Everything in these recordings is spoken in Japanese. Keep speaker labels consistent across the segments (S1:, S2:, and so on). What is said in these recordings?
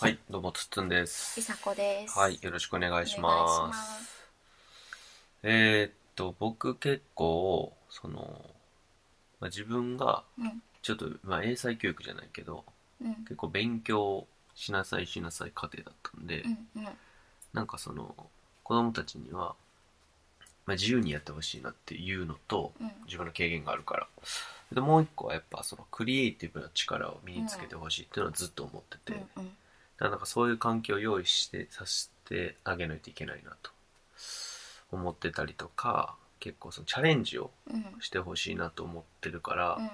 S1: はい、どうも、つっつんです。
S2: りさこです。
S1: はい、よろしくお願いします。
S2: お願いします
S1: えーっと、僕結構、その、まあ、自分が、
S2: うん
S1: ちょっと、まあ、英才教育じゃないけど、
S2: うん
S1: 結構勉強しなさいしなさい家庭だったんで、
S2: うんうん
S1: なんかその、子供たちには、まあ、自由にやってほしいなっていうのと、
S2: うん
S1: 自分の経験があるから。で、もう一個はやっぱそのクリエイティブな力を身につけてほしいっていうのはずっと思ってて、
S2: うんうん
S1: だからなんかそういう環境を用意してさせてあげないといけないなと思ってたりとか結構そのチャレンジを
S2: うん
S1: してほしいなと思ってるから、
S2: うん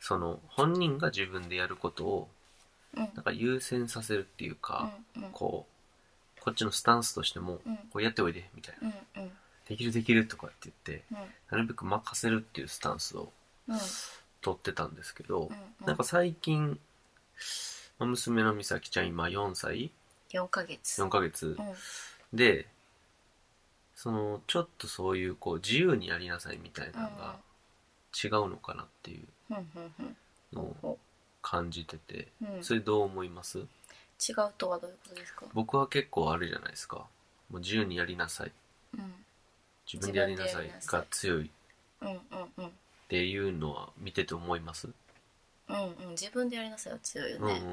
S1: その本人が自分でやることを
S2: うん
S1: なんか優先させるっていうか、
S2: うんうん
S1: こうこっちのスタンスとしても
S2: うん
S1: こうやっておいでみたいな、
S2: うんうん
S1: できるできるとかって言って
S2: うん
S1: なるべく任せるっていうスタンスを
S2: うん
S1: 取ってたんですけど、
S2: うん
S1: なんか最近まあ娘の美咲ちゃん今4歳
S2: 四ヶ月。
S1: 4ヶ月、
S2: うん
S1: でそのちょっとそういうこう自由にやりなさいみたいなのが違うのかなってい
S2: うんうんうん
S1: うのを感じてて
S2: うんうん違
S1: それどう思います
S2: うとはどういうことですか。
S1: 僕は結構あれじゃないですかもう自由にやりなさい
S2: うん
S1: 自分でやりなさい
S2: 自分でやりなさい
S1: が強いっ
S2: うんうんうん
S1: ていうのは見てて思います、
S2: うんうん自分でやりなさいは強いよ
S1: うんうんうん
S2: ね。うん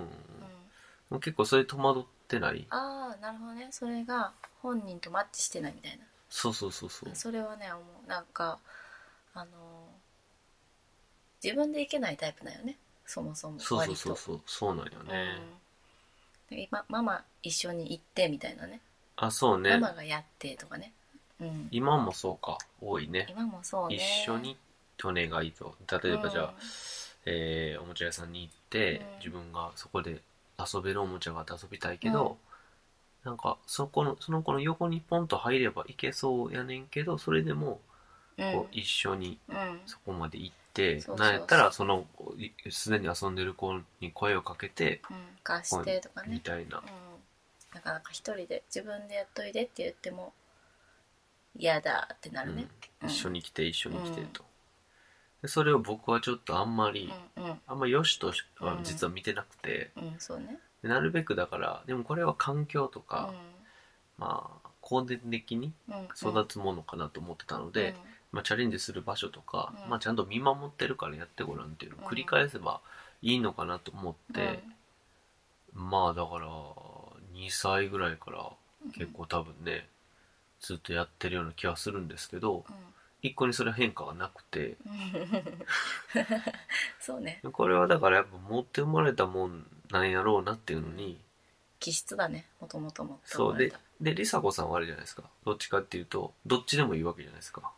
S1: もう結構それ戸惑ってない
S2: ああなるほどねそれが本人とマッチしてないみたいな。
S1: そうそうそうそう
S2: それはね思うなんかあのー自分でいけないタイプだよねそもそも
S1: そうそうそう
S2: 割と
S1: そうそうなんよね、
S2: うん、今ママ一緒に行ってみたいなね
S1: あそうね
S2: ママがやってとかね、うん、
S1: 今もそうか多いね
S2: 今もそうね
S1: 一緒にお願いと例えばじゃあ、えーおもちゃ屋さんに行って、
S2: うん
S1: 自分がそこで遊べるおもちゃがあって遊びたいけど、なんかそこのその子の横にポンと入ればいけそうやねんけどそれでも
S2: うん、
S1: こう一緒に
S2: うん、うん
S1: そこまで行って、
S2: そうそうそう
S1: なんやったらそのいすでに遊んでる子に声をかけて、
S2: うん貸してとか
S1: み
S2: ね、
S1: たいな
S2: うん、なかなか一人で自分でやっといでって言っても嫌だってなるね、
S1: うん
S2: うん
S1: 一緒に来て一緒に来てと、でそれを僕はちょっとあんまり、
S2: うんうん
S1: あんま良しとは実は見てなくて、
S2: うんそうね
S1: でなるべくだからでもこれは環境と
S2: う
S1: か、まあ後天的に
S2: んうん
S1: 育つものかなと思ってたので、まあ、チャレンジする場所とか、
S2: うん
S1: まあ、ちゃんと見守ってるからやってごらんっていうのを繰り返せばいいのかなと思っ
S2: うん
S1: て、まあだから2歳ぐらいから
S2: うん
S1: 結構多分ねずっとやってるような気はするんですけど
S2: うん
S1: 一個にそれは変化がなくて
S2: うんそうね
S1: これはだからやっぱ持って生まれたもんなんやろうなっていうのに
S2: 気質だねもともとも
S1: そうでで梨紗子さんはあれじゃないですかどっちかっていうとどっちでもいいわけじゃないですか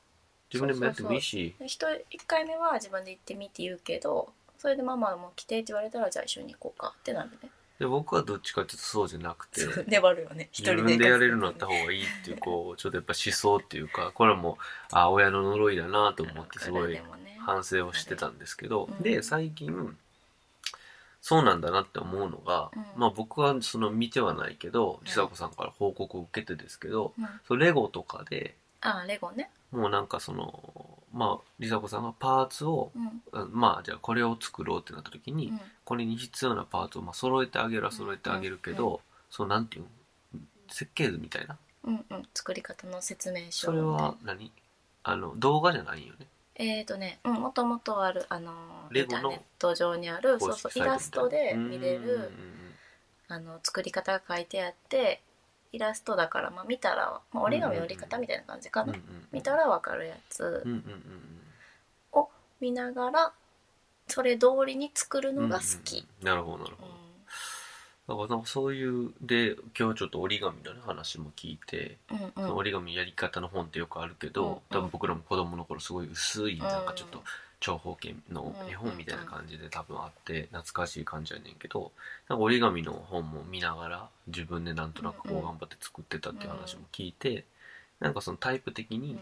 S1: 自分でもやってもいいし
S2: 一一回目は自分で行ってみって言うけどそれでママも来てって言われたらじゃあ一緒に行こうかってなるね
S1: で僕はどっちかっていうとそうじゃなくて
S2: そう粘るよね一
S1: 自
S2: 人で
S1: 分でやれるのあった
S2: と
S1: 方がいいっていうこうちょっとやっぱ思想っていうかこれはもうあ親の呪いだなと思ってすごい反省をしてたんですけど
S2: うん
S1: で最近そうなんだなって思うのが、
S2: うん
S1: まあ僕はその見てはないけど
S2: ん
S1: 梨紗子さんから報告を受けてですけど、
S2: うん
S1: そのレゴとかで
S2: あレゴね
S1: もうなんかそのまあ梨紗子さんがパーツを
S2: うんうん
S1: あまあじゃあこれを作ろうってなった時に、これに必要なパーツをまあ揃えてあげるは揃えてあげるけど、
S2: う
S1: そうなんていうの設計図みたいな
S2: うんうん作り方の説明書
S1: それは何あの動画じゃないよね
S2: えーとねうんもともとあるあのー
S1: レ
S2: イン
S1: ゴ
S2: タ
S1: の
S2: ーネット上にあるそうそうイラスト
S1: 公式サ
S2: で
S1: イ
S2: 見
S1: トみた
S2: れ
S1: いな
S2: るあの作り方が書いてあってイラストだから、まあ、見たら、まあ、折り紙の折り方みたいな感じか
S1: うん
S2: な、
S1: うんうんうんうん
S2: 見たらわかるやつ
S1: うんうんうん
S2: 見ながらそれ通りに作る
S1: うん
S2: のが好
S1: う
S2: き、
S1: んうんなるほどなる
S2: う
S1: ほ
S2: ん
S1: ど、だからなんかそういうで今日ちょっと折り紙のね話も聞いて、
S2: うんう
S1: そ
S2: ん
S1: の折り紙やり方の本ってよくあるけど、
S2: うんうん
S1: 多分僕らも子供の頃すごい薄いなんかちょっ
S2: う
S1: と
S2: ん
S1: 長方形の絵
S2: うんう
S1: 本
S2: ん
S1: みたいな感じで多分あって懐かしい感じやねんけどなんか折り紙の本も見ながら自分でなんとなくこ
S2: う
S1: う
S2: んうん
S1: 頑張って作ってたっていう話も聞いてなんかそのタイプ的
S2: う
S1: に
S2: ん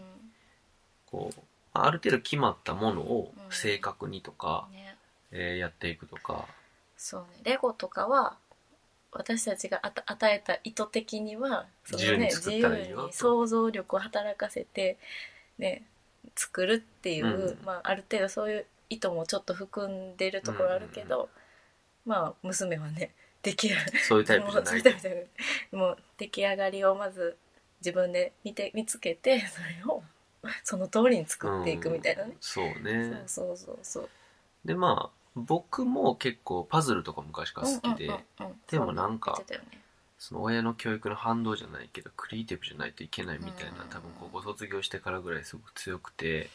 S1: こうある程度決まったものを
S2: うん
S1: 正確にとか、
S2: ね、
S1: えーやっていくとか
S2: そうねレゴとかは私たちがあた与えた意図的にはその、ね、
S1: 自由に作ったらいいよ
S2: 自由に想像力を働かせて、ね、作るっていう、
S1: うん
S2: まあ、ある程度そういう意図もちょっと含んでるところあるけど、まあ娘はね出来上が
S1: そういうタイプ
S2: も
S1: じゃ
S2: う
S1: な
S2: そうい
S1: いう
S2: タイプじゃないもう出来上がりをまず自分で見て見つけてそれをその通りに作っていくみたいなね、
S1: そうね
S2: そうそうそう
S1: でまあ僕も結構パズルとか昔から
S2: そう
S1: 好きで、
S2: うんうんうんうん
S1: でもなんか
S2: そう言ってたよね
S1: その親の教育の反動じゃないけどクリエイティブじゃないといけないみたいな
S2: うん
S1: 多分高校卒業してからぐらいすごく強くて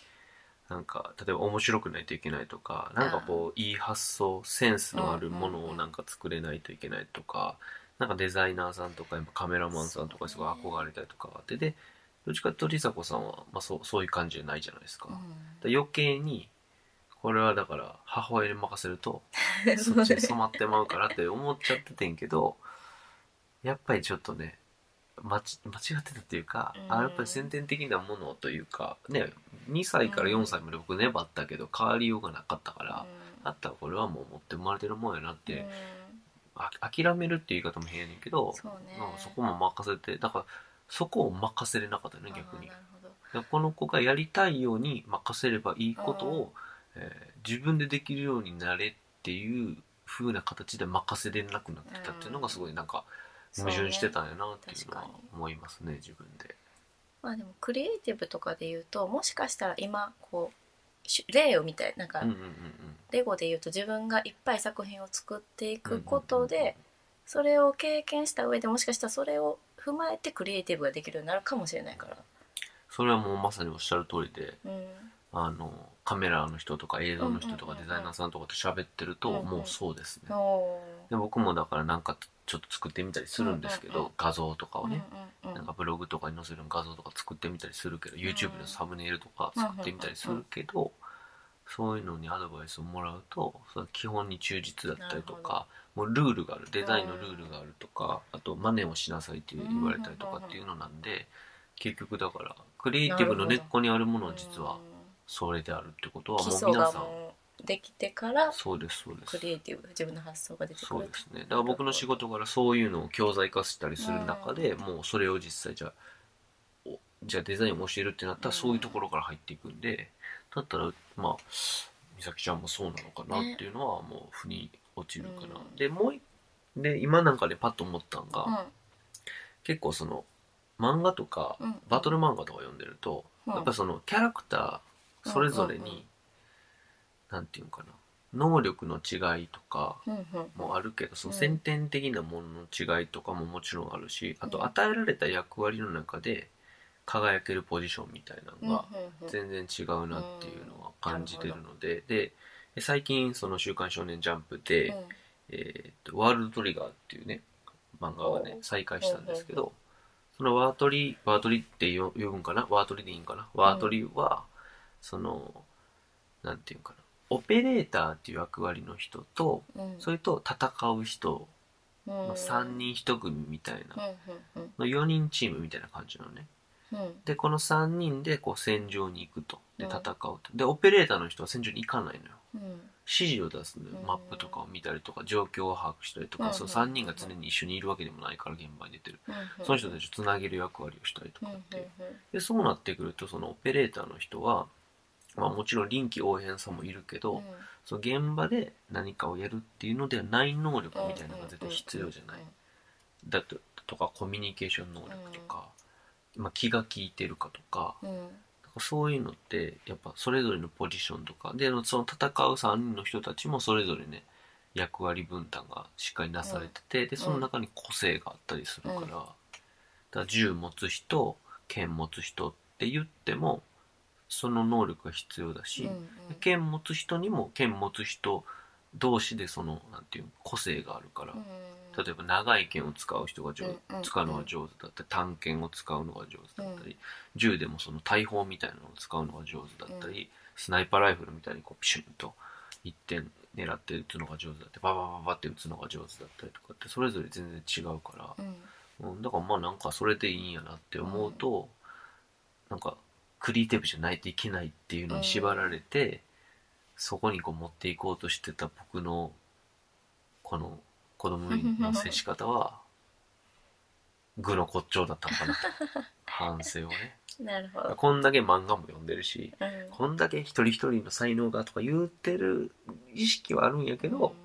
S1: なんか例えば面白くないといけないとかなんかこういい発想センスのあるものをなんか作れないといけないとかなんかデザイナーさんとかやっぱカメラマンさんとかにすごい憧れたりとかあってでどっちかというと梨紗子さんは、まあ、そうそういう感じじゃないじゃないですか。
S2: う
S1: で余計にこれはだから母親に任せると
S2: ん
S1: そっちに染まってまうからって思っちゃっててんけどやっぱりちょっとね間ち間違ってたっていうか、
S2: うん
S1: あやっぱり先天的なものというかね2歳から4歳まで僕粘ったけど変わりようがなかったから、
S2: うん
S1: あったらこれはもう持って生まれてるもんやなって、
S2: うん
S1: あ諦めるっていう言い方も変やねんけど
S2: そうね
S1: なんかそこも任せてだからそこを任せれなかったよね逆に
S2: あーな。るほど
S1: でこの子がやりたいように任せればいいことを、えー自分でできるようになれっていう風な形で任せれなくなってたっていうのがすごいなんか
S2: そう
S1: 矛
S2: ね
S1: 盾してたんやなっていうのは
S2: そうね確か
S1: 思いますね自分で。
S2: まあでもクリエイティブとかで言うともしかしたら今こうし例をみたいなんか
S1: うんうんうんうん
S2: レゴで言うと自分がいっぱい作品を作っていくことでそれを経験した上でもしかしたらそれを踏まえてクリエイティブができるようになるかもしれないから。
S1: それはもうまさにおっしゃる通りで
S2: うん
S1: あのカメラの人とか映像の人と
S2: うんうんう
S1: か
S2: んうん
S1: デザイナーさんとかと喋ってると
S2: うんうん
S1: もうそうですね。
S2: お
S1: で僕もだからなんかちょっと作ってみたりするんですけ
S2: うんうんう
S1: ど
S2: ん
S1: 画像とか
S2: ー
S1: をね。
S2: うんうんうん
S1: なんかブログとかに載せる画像とか作ってみたりするけど、YouTube のサムネイルとか作ってみたりするけど、そういうのにアドバイスをもらうとその基本に忠実だったりとかもうルールがあるデザインのルールがあるとか、あと真似をしなさいっていう言われたりとかっていうのなんで、結局だからクリエイティブの根っこにあるものは実はそれであるってことは
S2: 基
S1: もう
S2: 礎
S1: 皆
S2: が
S1: さん
S2: もうできてから
S1: そうですそうで
S2: ク
S1: す
S2: リエイティブ自分の発想が出てく
S1: そう
S2: る
S1: ですねだから僕の仕事からそういうのを教材化したりする中で、もうそれを実際じゃあおじゃあデザインを教えるってなった
S2: うん
S1: らそういうところから入っていくんで、だったらまあ美咲ちゃんもそうなのかなっていうのはもう腑に落ちるかな、
S2: うん
S1: でもういで今なんかでパッと思ったのが、
S2: うん
S1: 結構その漫画とか
S2: うん
S1: バトル漫画とか読んでると、
S2: うん
S1: やっぱそのキャラクターそれぞれに、
S2: うんうんうん
S1: なんていうのかな能力の違いとか
S2: うんうん
S1: もあるけどその
S2: うん
S1: 先天的なものの違いとかももちろんあるし、あ
S2: うん
S1: と与えられた役割の中で輝けるポジションみたいなのが
S2: うんうんうん
S1: 全然違うなっていうのは感じてるので、で最近「その週刊少年ジャンプで」
S2: うん
S1: えーと「ワールドトリガー」っていうね漫画がね
S2: おう
S1: 再開したんですけど、そのワートリワートリって呼呼ぶんかなワートリでいいんかなワートリは、そのなんていうんかなオペレーターっていう役割の人と、
S2: うん
S1: それと戦う人
S2: うん
S1: の3人1組みたいな
S2: うんうん
S1: の4人チームみたいな感じなのね
S2: うんうん
S1: でこの3人でこう戦場に行くとで
S2: うん
S1: 戦うとでオペレーターの人は戦場に行かないのよ
S2: うん
S1: 指示を出すのよ
S2: うん
S1: マップとかを見たりとか状況を把握したりと
S2: うん
S1: かその3人が常に一緒にいるわけでもないから現場に出てるその人たちをつなげる役割をしたりと
S2: うん
S1: か
S2: う
S1: っ
S2: ん
S1: ていうでそうなってくるとそのオペレーターの人はまあもちろん臨機応変さもいるけ
S2: うん
S1: どその現場で何かをやるっていうのではない能力みたいなのが絶対必要じゃないだととかコミュニケーション能力とか、まあ、気が利いてるかとか
S2: うんうん
S1: なんかそういうのってやっぱそれぞれのポジションとかでその戦う3人の人たちもそれぞれね役割分担がしっかりなされてて、でその中に個性があったりするから,、
S2: うん
S1: だから銃持つ人剣持つ人って言ってもその能力が必要だし、
S2: うん
S1: 剣持つ人にも剣持つ人同士でそのなんていうの個性があるから、
S2: うん
S1: 例えば長い剣を使う人が上
S2: うんうん
S1: 使うのが上手だったり短剣を使うのが上手だったり、銃でもその大砲みたいなのを使うのが上手だったり、スナイパーライフルみたいにこうピシュンと一点狙って撃つのが上手だったりバババババって撃つのが上手だったりとかってそれぞれ全然違うか
S2: うん
S1: ら、うん、だからまあなんかそれでいいんやなって思うと、なんかクリエイティブじゃないといけないっていうのに縛られて、そこにこう持っていこうとしてた僕のこの子供 の接し方は愚の骨頂だったの かなと反省をね
S2: なるほど
S1: こんだけ漫画も読んでるし
S2: うん
S1: こんだけ一人一人の才能がとか言ってる意識はあるんやけど、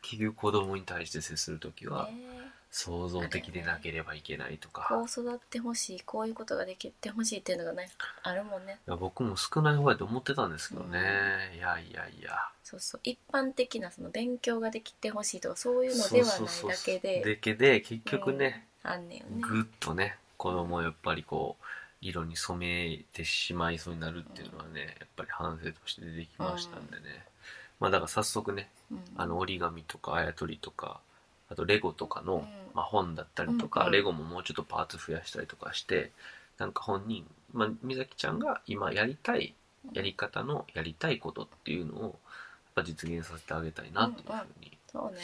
S1: 結局子供に対して接する時は
S2: ね
S1: 想像的でなければいけないと
S2: こ
S1: か
S2: う育ってほしいこういうことができてほしいっていうのがねあるもんね
S1: いや僕も少ない方やと思ってたんですけどね、いやいやいや
S2: そうそう一般的なその勉強ができてほしいとかそういうの
S1: そ
S2: で
S1: う
S2: は
S1: そう
S2: な
S1: そう
S2: いだけで
S1: だけで結局ね、
S2: あんねんよね
S1: ぐっとね子供をやっぱりこう色に染めてしまいそうになるっていうのはねやっぱり反省として出てきましたんでね、まあだから早速ね
S2: うん
S1: あの折り紙とかあやとりとかあとレゴとかの、
S2: うん
S1: まあ、本だったりとか、
S2: うんうん
S1: レゴももうちょっとパーツ増やしたりとかしてなんか本人、まあ、美咲ちゃんが今やりたいやり方のやりたいことっていうのをやっぱ実現させてあげたいなというふうに
S2: そうね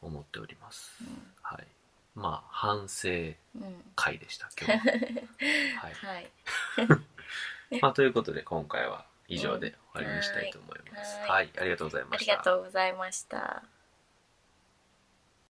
S1: 思っております、
S2: うん
S1: はいまあ反省
S2: うん
S1: 会でした今 日は、はい
S2: はい
S1: まあ、ということで今回は以上で終わりにしたいと思います、
S2: うんはーい
S1: はいありがとうござい
S2: あ
S1: ま
S2: り
S1: した
S2: がとうございました